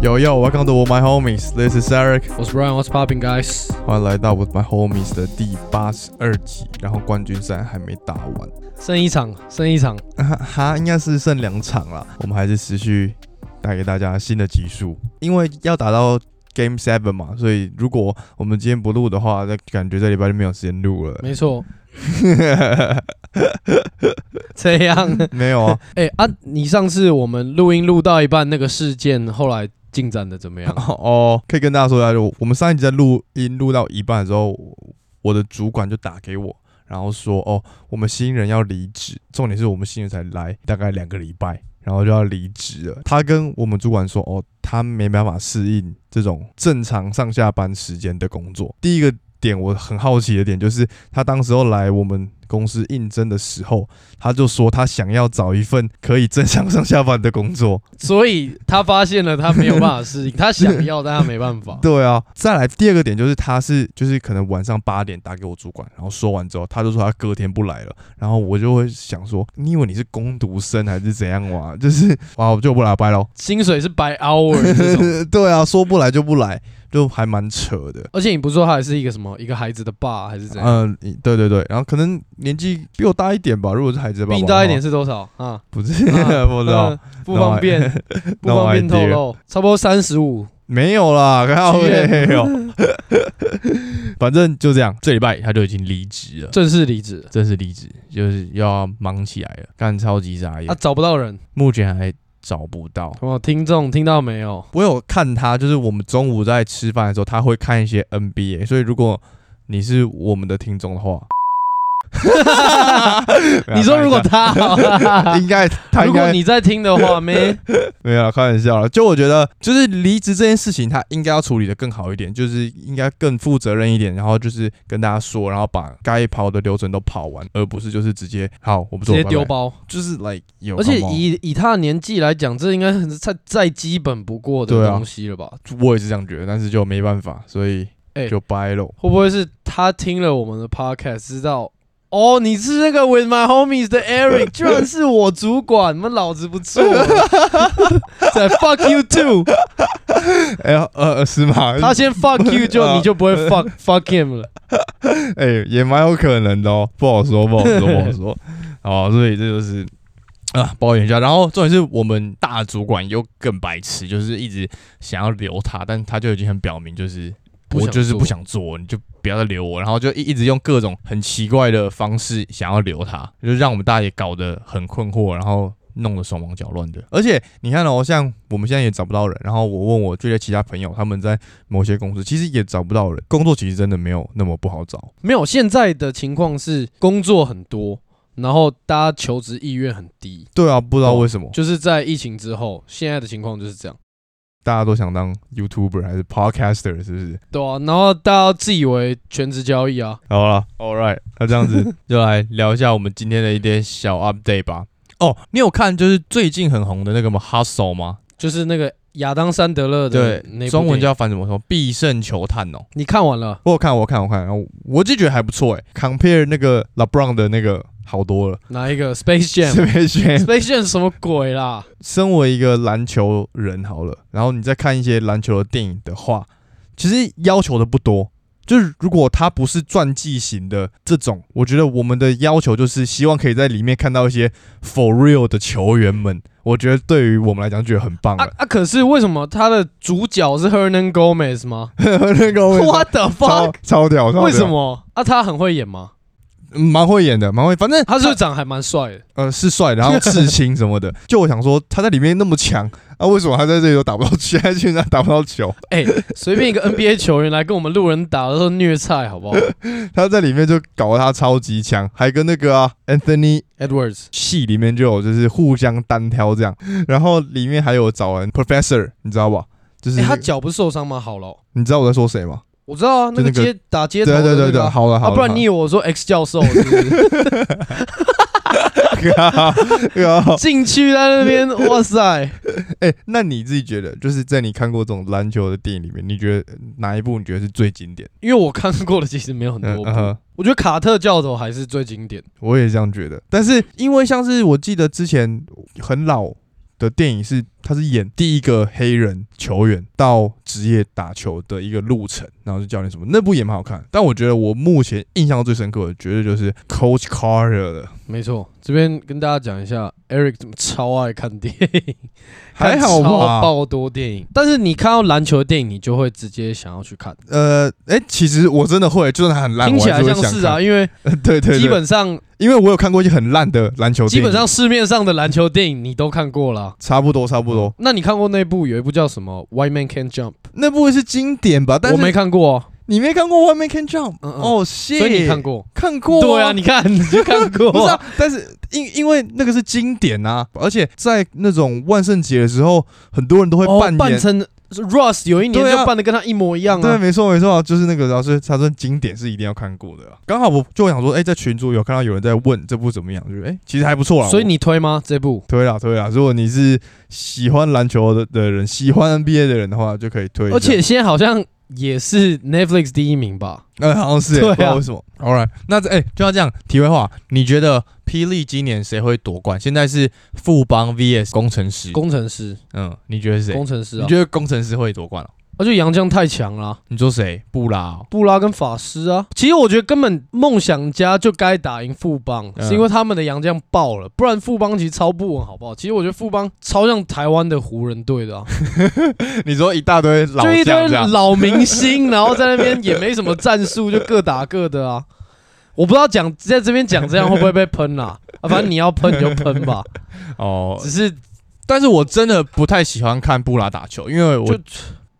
Yo yo, welcome to my homies. This is Eric. What's Brian? What's popping, guys？欢迎来到 With my homies 的第八十二集。然后冠军赛还没打完， 剩一场，剩一场，啊哈哈，应该是剩两场了。我们还是持续带给大家新的集数，因为要打到 Game Seven 嘛，所以如果我们今天不录的话，那感觉这礼拜就没有时间录了。 没错。这样， 没有啊，哎、啊，你上次我们录音录到一半那个事件，后来进展的怎么样？ 哦，可以跟大家说一下，就我们上一集在录音录到一半的时候，我的主管就打给我，然后说哦，我们新人要离职，重点是我们新人才来大概两个礼拜，然后就要离职了。他跟我们主管说哦，他没办法适应这种正常上下班时间的工作。第一个点我很好奇的点就是，他当时候来我们。公司应征的时候，他就说他想要找一份可以正常上下班的工作，所以他发现了他没有办法适应，他想要，但他没 办法。对啊，再来第二个点就是，他是就是可能晚上八点打给我主管，然后说完之后，他就说他隔天不来了，然后我就会想说，你以为你是工读生还是怎样哇、 就是哇，我就不来拜 喽。薪水是 by hour 这种， 对啊，说不来就不来，就还蛮扯的。而且你不说他还是一个什么一个孩子的爸还是怎样？嗯、对对对，然后可能年纪比我大一点吧，如果是孩子的爸爸比你的话，大一点是多少啊？不是？ 啊不知 道，嗯不 方便，不 No 方便 idea 透露，差不多三十五。没有啦，靠没有， 反正就这样，这礼拜他就已经离职了。正式离职了，真是离职，就是要忙起来了，干超级傻眼。啊，找不到人。目前还找不到。哦，听众听到 没有？我有看他，就是我们中午在吃饭的时候，他会看一些 NBA，所以如果你是我们的听众的 话，啊你说如果他好啦应该 他如应果该你在听的 话，没没有啦开玩笑了。就我觉得，就是离职这件事情，他应该要处理的更好一点，就是应该更负责任一点，然后就是跟大家说，然后把该跑的流程都跑完，而不是就是直接好我不直做，接拜丢拜，包。就是 like 有，而且 come on 以以他的年纪来讲，这应该是再再基本不过对的啊东西了吧？我也是这样觉得，但是就没办法，所以哎就掰喽。会不会是他听了我们的 podcast 知道？哦，你是那个 with my homies 的 Eric，居然是我主管，你们老子不做 了，在 fuck you too， 哎呀，呃，是啊吗？他先 fuck you 就你就不会 fuck fuck him 了。 哎、也蛮有可能的哦，不好说，不好说，不好 说。好，所以这就是啊，抱怨一下。然后重点是我们大主管又更白痴，就是一直想要留他，但他就已经很表明，就是不我想就是不做想做，你就不要再留我。然后就一一直用各种很奇怪的方式想要留他，就让我们大家也搞得很困惑，然后。弄得手忙脚乱的，而且你看哦，像我们现在也找不到人，然后我问我这些其他朋友，他们在某些公司其实也找不到人，工作其实真的没有那么不好找。没有，现在的情况是工作很多，然后大家求职意愿很低，对啊，不知道为什么，哦就是在疫情之后，现在的情况就是这样。大家都想当 YouTuber 还是 Podcaster，是不是？对啊，然后大家自以为全职交易啊，好 了，All right，那这样子就来聊一下我们今天的一点小 update 吧。哦，你有看就是最近很红的那个吗？Hustle 吗？就是那个亚当·山德勒的对那部，中文电影叫翻什么什么必胜球探哦。你看完了，我有看，我有看，我有看，然后我就觉得还不错诶、Compare 欸那个 LeBron 的那个好多了。哪一个 Space 这 Jam？Space 边选， Jam 什么鬼啦？身为一个篮球人好了，然后你再看一些篮球的电影的话，其实要求的不多。就是如果它不是传记型的这种，我觉得我们的要求就是希望可以在里面看到一些 for real 的球员们。我觉得对于我们来讲，觉得很棒啊了。啊！可是为什么他的主角是 Hernan Gomez 吗那个我也？What 超 the fuck？超屌，超屌为什？么？啊，他很会演吗？嗯蛮会演的，蛮会，反正他是不是长得还蛮 帅的？呃是帅，然后刺青什么的。就我想说，他在里面那么强，啊，为什么他在这里都打不到，现在现在打不到球？哎、随便一个 NBA 球员来跟我们路人打的时候虐菜，好不好 他在里面就搞得他超级强，还跟那个啊 Anthony ？Edwards，戏里面就有就是互相单挑这样，然后里面还有找人 Professor，你知道吧？就是哎、那个、他脚不受伤吗？好了哦，你知道我在说谁吗？我知道啊，那个就那个街打街头对的对对那个对，啊好了好啊， 了，不然你以为我说 X 教授是不是？ 靠禁区在 那边，哇塞！哎、那你自己觉得，就是在你看过这种篮球的电影里面，你觉得哪一部你觉得是最经典？因为我看过的其实没有很嗯多部嗯，哼我觉得卡特教头还是最经典。我也这样觉得。但是因为像是我记得之前很老的电影是，他是演第一个黑人球员到职业打球的一个路程，然后就教练什么，那部也蛮好看。但我觉得我目前印象最深刻的，绝对就是 Coach Carter 的。没错，这边跟大家讲一下，Eric 怎么超爱看电影， 还好看超吧，爆多电影。但是你看到篮球的电影，你就会直接想要去看。呃，哎、其实我真的会，就算它很烂，听起来我还像是会想是啊，看，因为 对对对，基本上因为我有看过一些很烂的篮球电基影，本上市面上的篮球电影你都看过了。差不多差不多，那你看过那部有一部叫什么《White Man Can't Jump 那部是经典吧？》？但是嗯我没看过、哦，你没看过《One Man Can Jump》嗯嗯哦，所所以你看过？看过、对啊，你看你就看过。不是啊，但是因因为那个是经典啊，而且在那种万圣节的时候，很多人都会哦扮演。扮成 Russ 有一年啊对啊就扮的跟他一模一样对，啊。没错没错，就是那个老师，他说经典是一定要看过的啊。刚好我就想说，哎、在群组有看到有人在问这部怎么样，就哎、其实还不错啦。所以我你推吗？这部？推啦推啦，如果你是喜欢篮球的的人，喜欢 NBA 的人的话，就可以推一下。而且现在好像也是 Netflix 第一名吧？呃，好像是、欸，对啊不知道为什么。All right，那这哎、就要这样。题外话，你觉得霹雳今年谁会夺冠？现在是富邦 VS 工程师，工程师，嗯，你觉得是谁？工程师你啊，觉得工程师会夺冠了、而且杨绛太强了啊、你说谁？布拉哦、 布拉跟法师啊。其实我觉得根本梦想家就该打赢富邦，嗯是因为他们的杨绛爆了，不然富邦其实超不稳，好不好？其实我觉得富邦超像台湾的湖人队的、啊，你说一大堆老就一将堆这样，老明星，然后在那边也没什么战术，就各打各的啊。我不知道讲在这边讲这样会不会被喷啦、啊？反正你要喷你就喷吧，哦只。是但是我真的不太喜欢看布拉打球，因为我就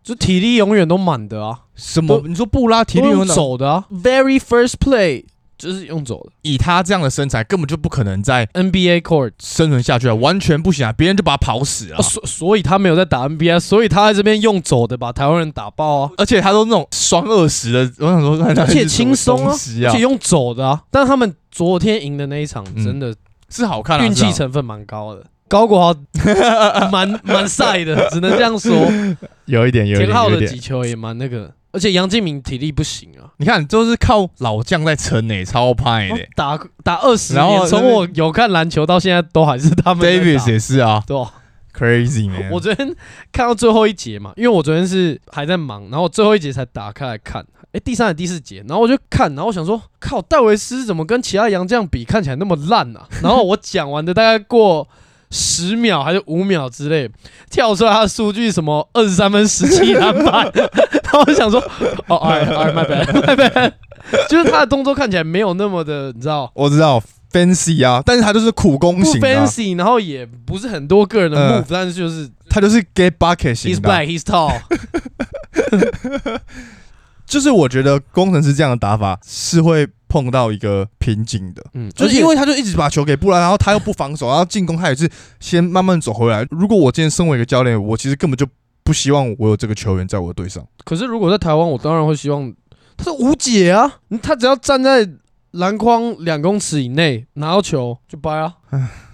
就体力永远都满的啊。什么？你说布拉体都力有用哪？走的啊，very first play 就是用走以他这样的身材，根本就不可能再的 NBA court，、生存下去啊，完全不行啊！别人就把他跑死了啊、。所所以他没有在打 NBA，所以他在这边用走的把台湾人打爆啊，而且他都那种双二十的，我想说，而且轻松啊，啊而且用走的啊。但他们昨天赢的那一场嗯真的是好看啊，运气成分蛮高的，高国豪 蛮蛮晒的，只能这样说。有一点，有一田点，浩有一的点几。球也蛮那个，而且杨敬明体力不行啊。你看，就是靠老将在撑诶、超欸派的、哦打打二十然后年，从我有看篮球到现在，都还是他们在打 Davis 也是啊对啊，Crazy man。我昨天看到最后一节嘛，因为我昨天是还在忙，然后我最后一节才打开来看，哎、第三、第四节，然后我就看，然后我想说，靠，戴维斯怎么跟其他洋将比看起来那么烂啊？ 然后我讲完的大概过十秒还是五秒之类，跳出来他的数据什么二十三分、十七篮板，然后我就想说，哦，哎哎，my bad，my bad，就是他的动作看起来没有那么的，你知道。我知道 Fancy 啊，但是他就是苦攻不型的啊、 fancy，然后也不是很多个人的嗯 move，、但是就是他就是 Get Bucket 型 he's 的啊、 black，he's tall，就是我觉得工程师这样的打法是会碰到一个瓶颈的。嗯，就而是且因为他就一直把球给布拉，然后他又不防守，然后进攻他也是先慢慢走回来。如果我今天身为一个教练，我其实根本就不希望我有这个球员在我的队上。 可是如果在台湾，我当然会希望他是无解啊，他只要站在篮筐两公尺以内拿到球就掰啊，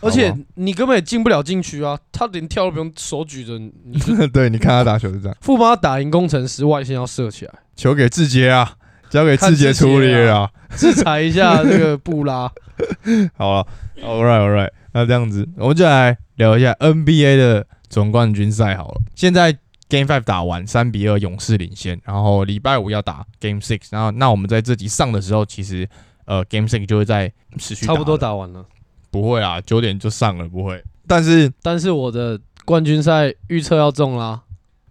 而且好你根本也进不了禁区啊，他连跳都不用手举着，你就对，你看他打球是这样，富邦打赢工程师外线要射起来，球给志杰啊，交给志杰处理了啊。制裁一下这个布 拉，好了，All right, All right，那这样子，我们就来聊一下 NBA 的总冠军赛好了。现在 Game Five 打完，三比二勇士领先，然后礼拜五要打 Game Six，然后那我们在这集上的时候，其实呃 Game Six 就会在持续差不多了打完了。不会啊，九点就上了，不会。但是但是我的冠军赛预测要 中啦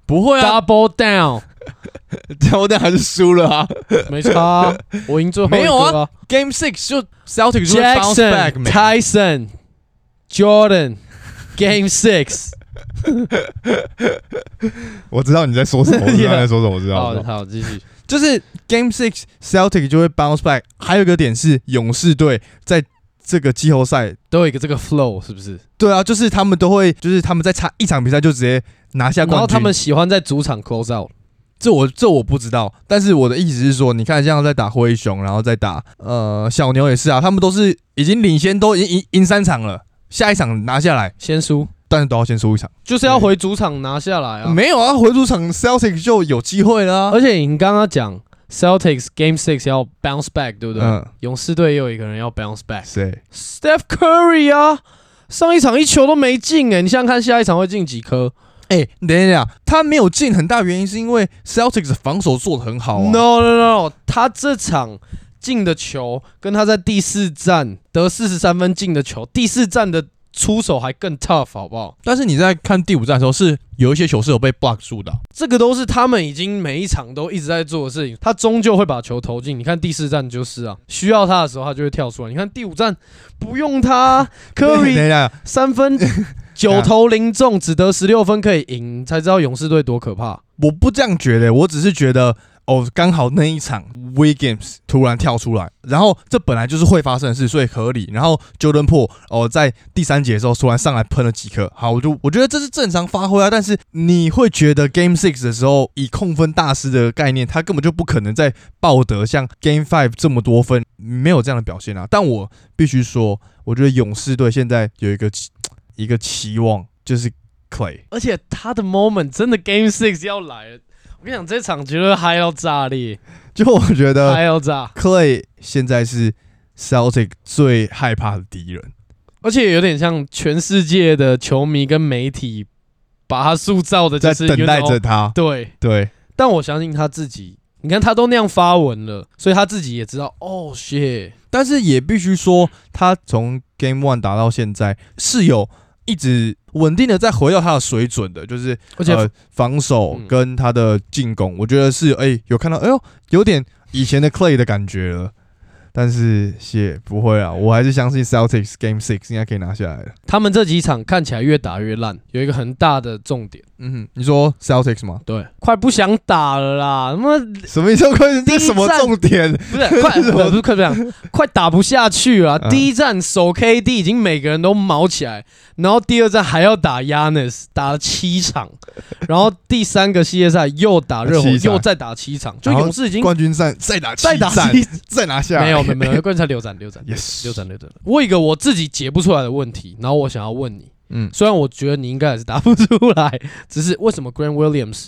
不会啊， ，double down，乔丹还是输了啊。没差啊、我赢最后一个、没有啊 Game Six 就 Celtics 就会 bounce back， Jackson、 man Tyson、Jordan、Game Six。我知道你在说什么，我知道 Yeah 你在说什么，我知道。我好知道好，继续。就是 Game Six Celtic 就会 bounce back。还有一个点是，勇士队在这个季后赛，都有一个这个 flow 是不是？对啊，就是他们都会，就是他们在差一场比赛就直接拿下然冠后军。他们喜欢在主场 close out，这我这我不知道，但是我的意思是说，你看像在打灰熊，然后再打呃小牛也是啊，他们都是已经领先，都已经赢赢三场了，下一场拿下来，先输但是都要先输一场。就是要回主场拿下来啊。没有啊，回主场 Celtic 就有机会了、啊。而且你刚刚讲 Celtics Game Six 要 bounce back，对不啊对？嗯，勇士队也有一个人要 bounce back。谁？ Steph Curry 啊，上一场一球都没进哎、你想想看下一场会进几颗、哎、等一下，他没有进，很大原因是因为 Celtics 的防守做得很好、啊。 n o No No，他这场进的球跟他在第四站得四十三分进的球，第四站的出手还更 tough 好不好？但是你在看第五站的时候，是有一些球是有被 block 住的啊、这个都是他们已经每一场都一直在做的事情，他终究会把球投进。你看第四站就是啊，需要他的时候他就会跳出来。你看第五站不用 他，Curry 等一下，三 分九投零中，只得十六分可以赢，才知道勇士队多可怕。我不这样觉得，我只是觉得哦，刚好那一场 We Games 突然跳出来，然后这本来就是会发生的事，所以合理。然后 Jordan p o 哦，在第三节的时候突然上来喷了几颗，好，我就我觉得这是正常发挥啊。但是你会觉得 Game Six 的时候，以控分大师的概念，他根本就不可能在抱得像 Game Five 这么多分，没有这样的表现啊。但我必须说，我觉得勇士队现在有一个期一个期望，就是 Clay。而且他的 moment 真的 Game Six 要来了，我跟你讲，这场绝对嗨到炸裂，就我觉得嗨到炸， Clay 现在是 Celtic 最害怕的敌人，而且有点像全世界的球迷跟媒体把他塑造的，在就是等待 you know，着他。对，对，但我相信他自己，你看他都那样发文了，所以他自己也知道，哦，shit，但是也必须说，他从 Game One 打到现在是有一直稳定的在回到他的水准的，就是而且呃、防守嗯跟他的进攻，我觉得是哎、有看到哎呦有点以前的 Clay 的感觉了。但是也不会啊，我还是相信 Celtics Game Six 应该可以拿下来的。他们这几场看起来越打越烂，有一个很大的重点，嗯哼，你说 Celtics 吗？对，快不想打了啦，他妈什么意思？这什么嗯第一站重点？不 是快，不是不是快这样，快打不下去了啊。嗯第一站守 KD 已经每个人都毛起来，然后第二站还要打 Yanis，打了七场，然后第三个系列赛又打热火，七场又再打七场，就然后勇士已经冠军赛再打七再打战七，再拿下来没有没有没有，冠军赛六战六 战 Yes，六战六战。我有一个我自己解不出来的问题，然后我想要问你，嗯，虽然我觉得你应该也是答不出来，只是为什么 Grant Williams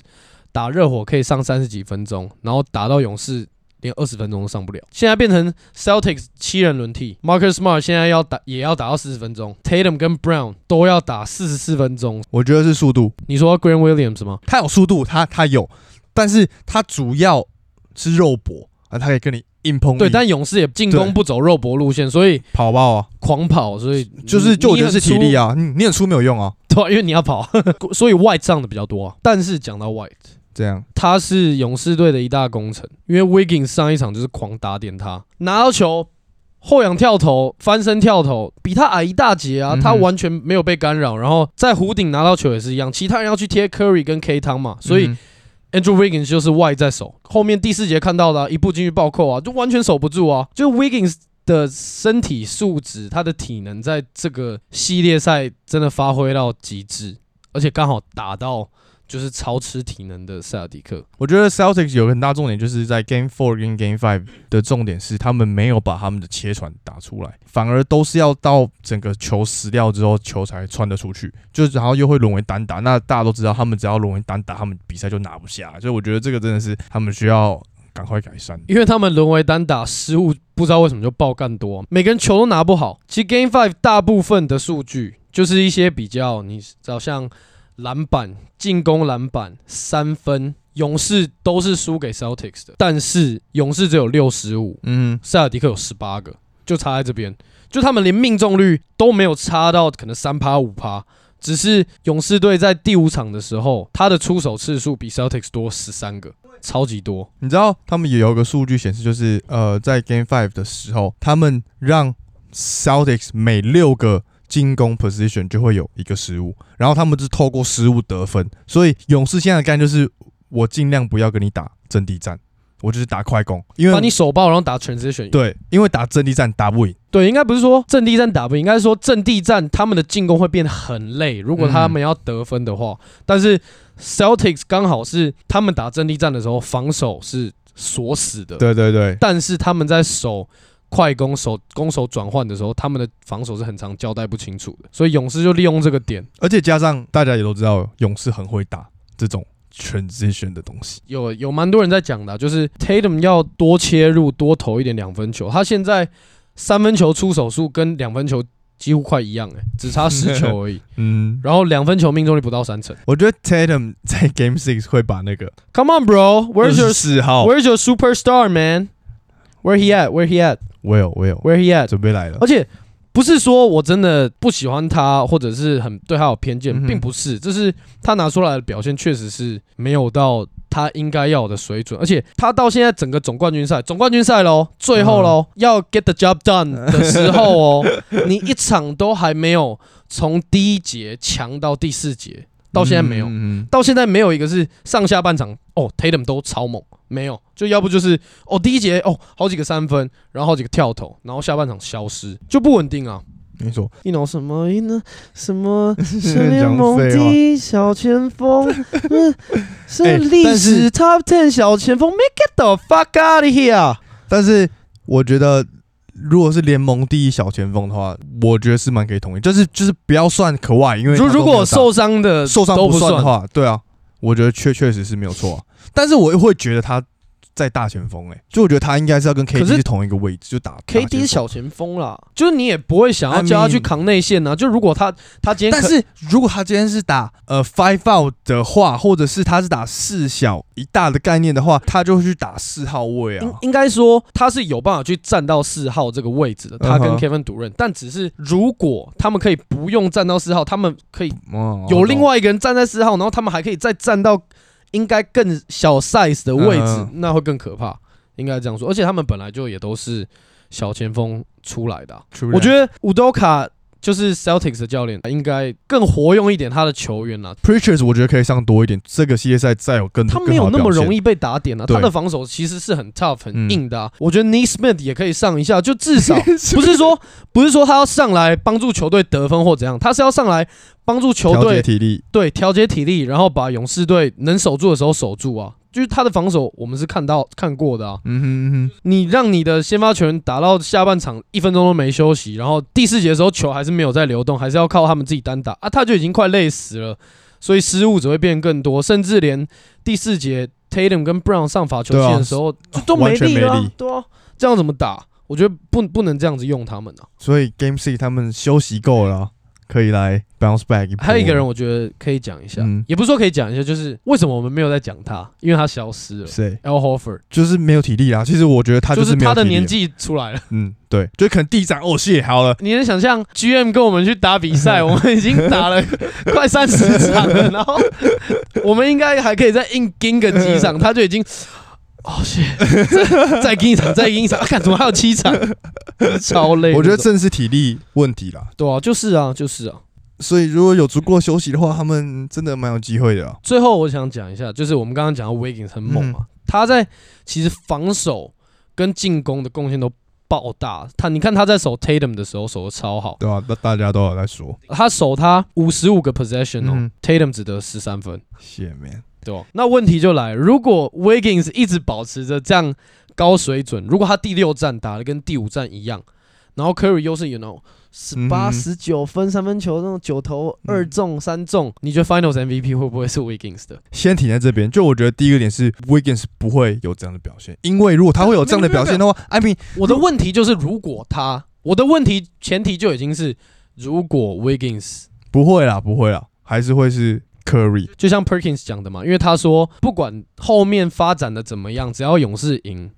打热火可以上三十几分钟，然后打到勇士连二十分钟都上不了？现在变成 Celtics 七人轮替，Marcus Smart 现在要打也要打到四十分钟，Tatum 跟 Brown 都要打四十四分钟。我觉得是速度，你说 Grant Williams 吗？他有速度，他他有，但是他主要是肉搏啊，他可以跟你硬碰硬，对，但勇士也进对攻不走肉搏路线，所以跑爆啊，狂跑，所以就是你就我觉得是体力啊。啊，你你很粗没有用啊， 对啊、 因为你要跑，所以 White 上的比较多啊。但是讲到 White，这样他是勇士队的一大功臣，因为 Wiggins 上一场就是狂打点他，拿到球后仰跳投、翻身跳投，比他矮一大截啊，嗯哼他完全没有被干扰。然后在弧顶拿到球也是一样，其他人要去贴 Curry 跟 K 汤嘛，所以嗯 Andrew Wiggins 就是 White 在守。后面第四节看到的啊、一步进去暴扣啊，就完全守不住啊，就 Wiggins。的身体素质，他的体能在这个系列赛真的发挥到极致，而且刚好打到就是超吃体能的塞尔迪克。我觉得 Celtics 有个很大重点，就是在 Game Four 跟 Game Five 的重点是他们没有把他们的切传打出来，反而都是要到整个球死掉之后，球才穿得出去，就然后又会沦为单打。那大家都知道，他们只要沦为单打，他们比赛就拿不下。所以我觉得这个真的是他们需要赶快改善。因为他们沦为单打失误，不知道为什么就爆干多、每个人球都拿不好。其实 Game Five 大部分的数据就是一些比较，你找像篮板、进攻篮板、三分，勇士都是输给 Celtics 的，但是勇士只有六十五，嗯，塞尔迪克有十八个，就差在这边，就他们连命中率都没有差到可能三趴五趴。只是勇士队在第五场的时候，他的出手次数比 Celtics 多十三个，超级多。你知道他们也有一个数据显示，就是呃，在 Game Five 的时候，他们让 Celtics 每六个进攻 position 就会有一个失误，然后他们是透过失误得分。所以勇士现在的概念就是，我尽量不要跟你打阵地战，我就是打快攻，因把你为手爆，然后打 transition。嗯对，因为打阵地战打不赢，对，应该不是说阵地战打不赢，应该是说阵地战他们的进攻会变得很累，如果他们要得分的话。但是 Celtics 刚好是他们打阵地战的时候，防守是锁死的，对对对，但是他们在守快攻、守攻守转换的时候，他们的防守是很常交代不清楚的，所以勇士就利用这个点，而且加上大家也都知道，勇士很会打这种 transition 的东西，有有蛮多人在讲的啊、就是 Tatum 要多切入、多投一点两分球。他现在三分球出手数跟两分球几乎快一样、欸，只差十球而已。嗯，然后两分球命中率不到三成。我觉得 Tatum 在 Game Six 会把那个 Come on, bro, where's your 四号， where's your superstar, man? Where he at? Where he at? 我有我有， Where he at? 啊准备来了而，且不是说我真的不喜欢他，或者是很对他有偏见嗯，哼并不是，就是他拿出来的表现确实是没有到他应该要有的水准，而且他到现在整个总冠军赛，总冠军赛喽，最嗯后喽，要 get the job done 的时候哦，你一场都还没有从第一节强到第四节，到现在没有。嗯嗯嗯到现在没有一个是上下半场哦，Tatum 都超猛，没有，就要不就是哦第一节哦好几个三分，然后好几个跳投，然后下半场消失，就不稳定啊。嗯没 错，一种什么一呢？什么在是讲联盟废话第一小前锋， 嗯，哎是历但是史 Top Ten 小前锋，Make it the fuck out of here！但是我觉得，如果是联盟第一小前锋的话，我觉得是蛮可以同意，就是就是不要算可外，因为如他都如没果有打受伤的受伤都不不算的算，话，对啊，我觉得确确实是没有错、啊，但是我又会觉得他在大前锋，哎，就我觉得他应该是要跟可 KD 是是同一个位置，就打 KD 是，小前锋啦，就是你也不会想要 I 叫他去 mean- 扛内线啊。就如果他他今打前锋但天可是如果他今天是打呃 five out 的话，或者是他是打四小一大的概念的话，他就会去打四号位应啊，应该说他是有办法去站到四号这个位置的，他跟嗯哼 Kevin 主任，但只是如果他们可以不用站到四号，他们可以哦有另外一个人站在四号，然后他们还可以再站到应该更小 size 的位置嗯，那会更可怕，应该这样说。而且他们本来就也都是小前锋出来的啊、我觉得得伍多卡就是 Celtics 的教练，应该更活用一点他的球员啦、啊 Preachers 我觉得可以上多一点，这个系列赛再有更他没有那么更好容。的表现易被打点啊，对他的防守其实是很 tough 嗯很硬的、啊。我觉得 n e Smith 也可以上一下，就 至少不是说不是说他要上来帮助球队得分或怎样，他是要上来帮助球调节队体力，对调节体力，然后把勇士队能守住的时候守住啊。就是他的防守我们是看到看过的啊，嗯哼嗯哼，你让你的先发球员打到下半场一分钟都没休息，然后第四节的时候球还是没有在流动，还是要靠他们自己单打啊，他就已经快累死了，所以失误只会变更多，甚至连第四节 Tatum 跟 Brown 上罚球线的时候、就都完没全力了啊、没力对啊，这样怎么打？我觉得不不能这样子用他们啊。所以 Game Six 他们休息够了啊，可以来 bounce back 一波。还有一个人，我觉得可以讲一下，嗯也不是说可以讲一下，就是为什么我们没有在讲他，因为他消失了。谁？ L Hofer 就是没有体力啦。其实我觉得他就是没有他的体力年，纪出来了。嗯，对，就可能第一场哦谢好了，你能想象 GM 跟我们去打 比赛，我们已经打了快三十场了，然后我们应该还可以再硬盯个几 场，他就已经，哦，谢，再再盯一场，再盯一场，啊，看怎么还有七场， 超累那种。我觉得正是体力问题啦。对啊，就是啊，就是啊。所以如果有足够休息的话，他们真的蛮有机会的啊。最后我想讲一下，就是我们刚刚讲到 Wiggins 很猛嗯嘛，他在其实防守跟进攻的贡献都爆大。他你看他在守 Tatum 的时候守的超好，对啊，那大家都有在说，他守他五十五个 possession 哦、嗯 t a t u m 只得十三分，谢 man，对吧？那问题就来，如果 Wiggins 一直保持着这样高水准，如果他第六战打的跟第五战一样，然后 Curry 又是 you know 十八嗯十九分三分球那种九投嗯嗯二中三中，你觉得 Finals MVP 会不会是 Wiggins 的？先停在这边。就我觉得第一个点是 Wiggins 不会有这样的表现，因为如果他会有这样的表现的话，I mean 我的问题就是，如果他，我的问题前提就已经是，如果 Wiggins 不会啦，不会啦，还是会是 Curry。就像 Perkins 讲的嘛，因为他说不管后面发展的怎么样，只要勇士赢，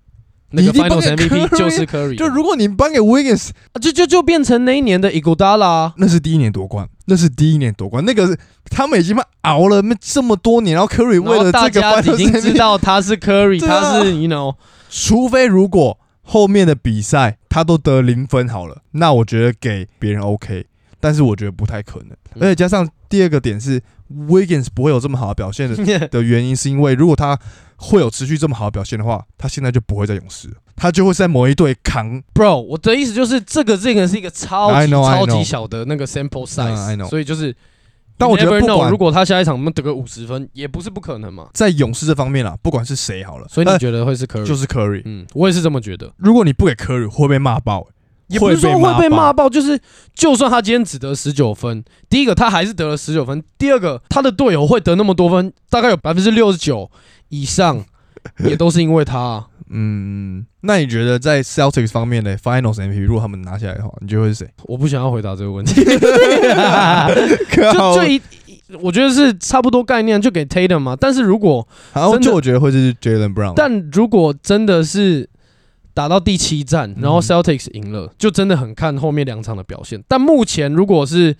那你个一定颁 Finals 给 MVP Curry 就是 Curry，就如果你颁给 Wiggins，啊就就就变成那一年的 Iguodala，啊那是第一年夺冠，那是第一年夺冠，那个是他们已经熬了这么多年，然后 Curry 然为后了大这个家已 Finals 经知 MVP 道 他是 Curry，对啊他是 you know， 除非如果后面的比赛他都得零分好了，那我觉得给别人 OK，但是我觉得不太可能。嗯而且加上第二个点是，Wiggins 不会有这么好的表现的的原因，是因为如果他会有持续这么好的表现的话，他现在就不会在勇士了，他就会在某一队扛。 Bro，我的意思就是这个这个是一个超 I 级 know, I 超级 know. 小的那个 sample Yeah, I size， know. 所以就是，但我觉得 you never 不 know，管如果他下一场我们得个五十分，也不是不可能嘛。在勇士这方面啊啦，不管是谁好了，所以你但觉得会是 Curry？就是 Curry，嗯，我也是这么觉得。如果你不给 Curry 会被骂爆、欸也不是说会会被被骂骂爆，就是就算他今天只得十九分，第一个他还是得了十九分，第二个他的队友会得那么多分，大概有百分之六十九以上，也都是因为他、啊。嗯，那你觉得在 Celtics 方面呢？Finals MVP 如果他们拿下来的话，你觉得会是谁？我不想要回答这个 问题， 就靠就一，我觉得是差不多概念，就给 Tatum 嘛。但是如果好像真的就我觉得会是 Jalen Brown，但如果真的是打到第七战，然后嗯 Celtics 赢了，就真的很看后面两场的表现。但目前如果是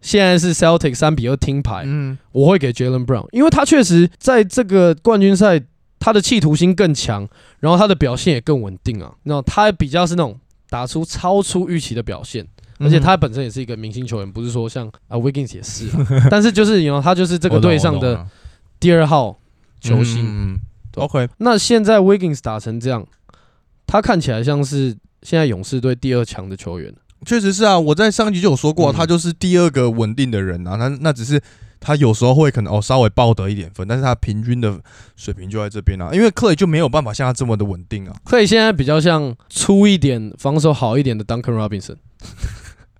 现在是 Celtics 三比二听牌，嗯，我会给 Jalen Brown，因为他确实在这个冠军赛，他的企图心更强，然后他的表现也更稳定啊。那他比较是那种打出超出预期的表现，而且他本身也是一个明星球员，不是说像啊 Wiggins 也是啊、 但是就是你 you know, 他就是这个队上啊的第二号球星。星。OK，嗯那现在 Wiggins 打成这样，他看起来像是现在勇士队第二强的球员。确实是啊，我在上一集就有说过啊、嗯他就是第二个稳定的人啊。那那只是他有时候会可能哦稍微抱得一点分，但是他平均的水平就在这边啊，因为克雷就没有办法像他这么的稳定啊。克以现在比较像粗一点、防守好一点的 Duncan Robinson，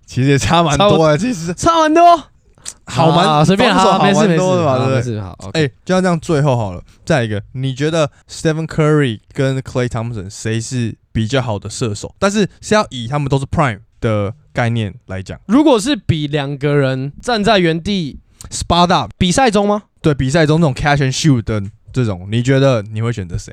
其实也差蛮多啊的，其实差蛮多。好蛮、啊随便防守好，好没事没蛮事，多的嘛，好对不没对？事好。哎、哎，就像这样，最后好了，再一个，你觉得 Stephen Curry 跟 Clay Thompson 谁是比较好的射手？但是是要以他们都是 Prime 的概念来讲如果是比两个人站在原地，Spot Up 比赛中吗？对比赛中那种 Catch and Shoot 的这种，你觉得你会选择谁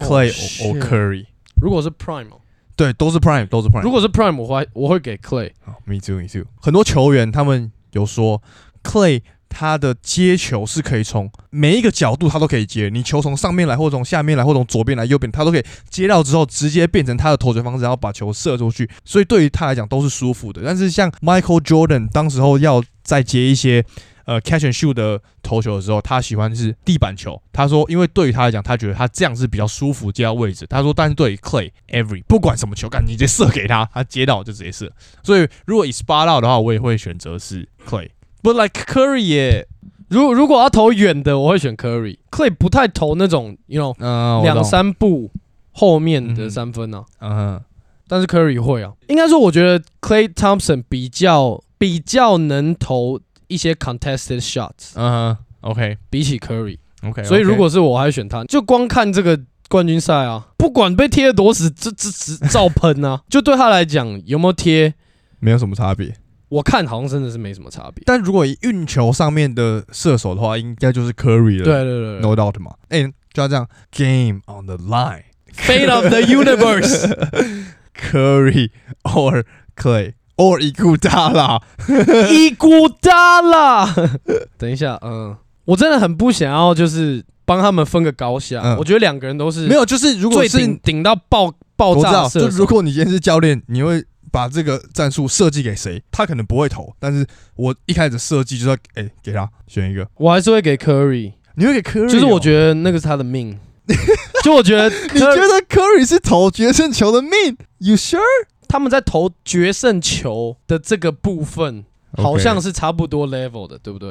？Clay Oh, 或 shit Curry？如果是 Prime，哦对，都是 Prime，都是 Prime。如果是 Prime，我会我会给 Clay。好，Me too，Me too。很多球员他们有说，Clay 他的接球是可以从每一个角度他都可以接，你球从上面来，或从下面来，或从左边来、右边，他都可以接到之后直接变成他的投球方式，然后把球射出去。所以对于他来讲都是舒服的。但是像 Michael Jordan 当时候要再接一些。呃，catch and shoot 的投球的时候，他喜欢是地板球。他说，因为对于他来讲，他觉得他这样是比较舒服接到位置。他说，但是对于 Clay Every 不管什么球，干你直接射给他，他接到就直接射。所以如果以 SPA 到的话，我也会选择是 Clay。But like Curry 也，如如果要投远的，我会选 Curry。Clay 不太投那种，you 嗯 know，两，三步后面嗯的三分啊，嗯，但是 Curry 会啊。应该说，我觉得 Clay Thompson 比较比较能投一些 contested shots，嗯，OK 比起 Curry。哎 OK。所以如果是我，还选他。就光看这个冠军赛啊，不管被贴得多死，这这只照喷啊。 就对他来讲，有没有贴，没有什么差别，我看好像真的是没什么差别。但如果以运球上面的射手的话，应该就是 Curry 了，对对对对，No doubt 嘛。哎，就要这样，Game on the line。 ，Fate of the Universe， Curry or Clay or 伊库达啦， 伊古达啦。 等一下，嗯，我真的很不想要，就是帮他们分个高下。嗯我觉得两个人都是没有，就是如果最是顶顶到爆爆我知炸道，就射如手。果你今天是教练，你会把这个战术设计给谁？他可能不会投，但是我一开始设计就要哎、给他选一个，我还是会给 Curry，你会给 Curry，、哦就是我得。觉得那个是他的命。就我觉得 Curry，你觉得 Curry 是投决胜球的命？You sure？他们在投决胜球的这个部分，好像是差不多 level 的，对不对？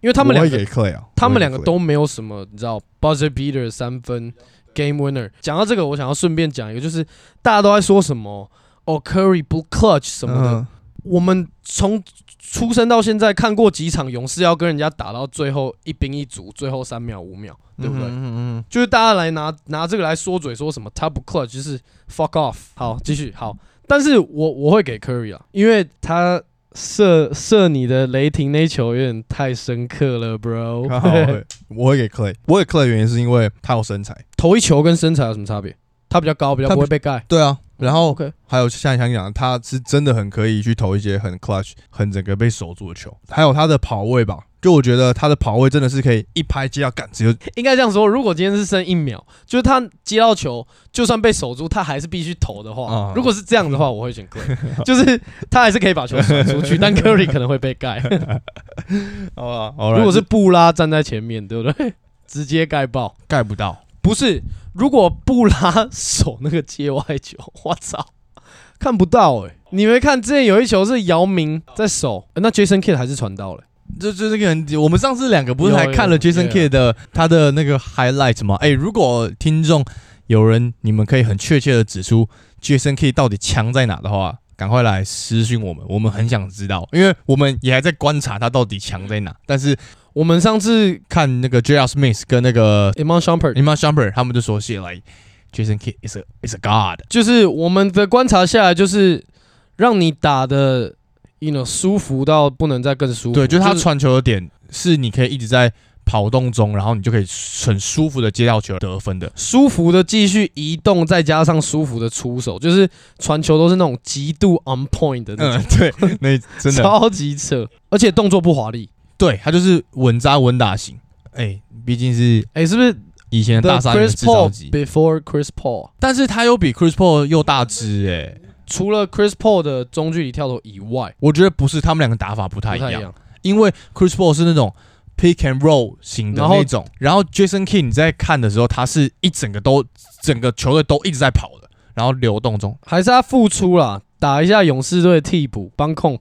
因为他们两我会个，给 Clay 啊，他们两个我都没有什么，你知道，buzzer beater 三分，game winner。讲到这个，我想要顺便讲一个，就是大家都在说什么哦，Curry 不 clutch 什会给 Clay 么的。我们从出生到现在看过几场勇士要跟人家打到最后一兵一卒，最后三秒五秒，嗯，对不对？嗯嗯嗯就是大家来拿拿这个来说嘴，说什么他不 clutch 就是 fuck off。好，继续好，但是我我会给 Curry 啊，因为他射射你的雷霆那一球有点太深刻了嗯哦刚好我，bro。会我会给 Clay，我给 Clay 的原因是因为他有身材，头一球跟身材有什么差别？他比较高，比较他不不会被盖。对啊，然后哦 OK，还有像你想讲，他是真的很可以去投一些很 clutch、很整个被守住的球，还有他的跑位吧，就我觉得他的跑位真的是可以一拍接到杆直 接，应该这样说，如果今天是剩一秒，就是他接到球，就算被守住，他还是必须投的话，啊如果是这样的话，我会选 Curry，就是他还是可以把球甩出去，但 Curry 可能会被盖。好了，啊 如果是布拉站在前面，对不对？直接盖爆。盖不到，不是，如果不拉手那个界外球，我操，看不到哎、你没看之前有一球是姚明在守，呃那 Jason Kidd 还是传到了、就就那个人，我们上次两个不是还有看了有 Jason yeah Kidd 的他的那个 highlight 吗？哎、如果听众有人你们可以很确切的指出 Jason Kidd 到底强在哪的话，赶快来私讯我们，我们很想知道，因为我们也还在观察他到底强在哪。但是我们上次看那个 J.R. Smith 跟那个 e m o n s h u m p e r i m a s h u m p e r 他们就说起来，Jason Kidd is a is a god。就是我们的观察下来，就是让你打的，you know，舒服到不能再更舒服。对，就是他传球的点是你可以一直在跑动中，然后你就可以很舒服的接到球得分的。舒服的继续移动，再加上舒服的出手，就是传球都是那种极度 on point 的那种，嗯， 对，那真的超级扯，而且动作不华丽。对他就是稳扎稳打型。哎、毕竟是哎、是不是以前的 The 大三元 Chris 制造 Paul 机， before Chris Paul？啊但是他又比 Chris Paul 又大只哎、除了 Chris Paul 的中距离跳投以外，我觉得不是，他们两个打法不不太一太一样，样。因为 Chris Paul 是那种 pick and roll 型的然后那种，然后 Jason King 你在看的时候，他是一整个都整个球队都一直在跑的，然后流动中。还是他复出啦，打一下勇士队替补帮控。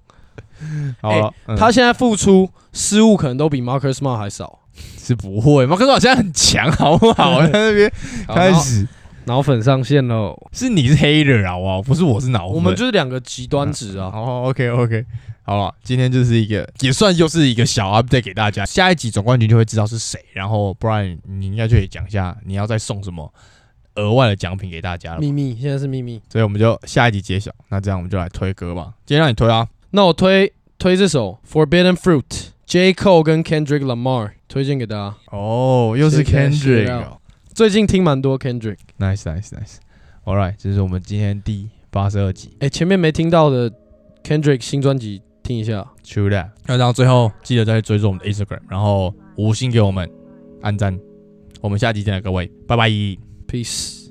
好了嗯他现在复出失误可能都比 Marcus Smart 还少。是不会嘛？可是我现在很强，好不 好？在那边好开，始脑脑粉上线喽。是你是黑人好不好？不是我是脑粉。我们就是两个极端值啊。哦，OK OK，好了，今天就是一个也算又是一个小 update 给大家，下一集总冠军就会知道是谁，然后不然你应该就可以讲一下你要再送什么额外的奖品给大家了，秘密，现在是秘密。所以我们就下一集揭晓。那这样我们就来推歌吧，今天让你推啊，那我推推这首《Forbidden Fruit》，J Cole 跟 Kendrick Lamar 推荐给大家。哦，又是谁给 Kendrick，哦谁啊最近听蛮多 Kendrick， nice nice nice，all right，这是我们今天第八十二集哎、前面没听到的 Kendrick 新专辑听一下。 ，True that，那然后最后记得再去追踪我们的 Instagram，然后五星给我们按赞，我们下集见了各位，拜拜。 Peace。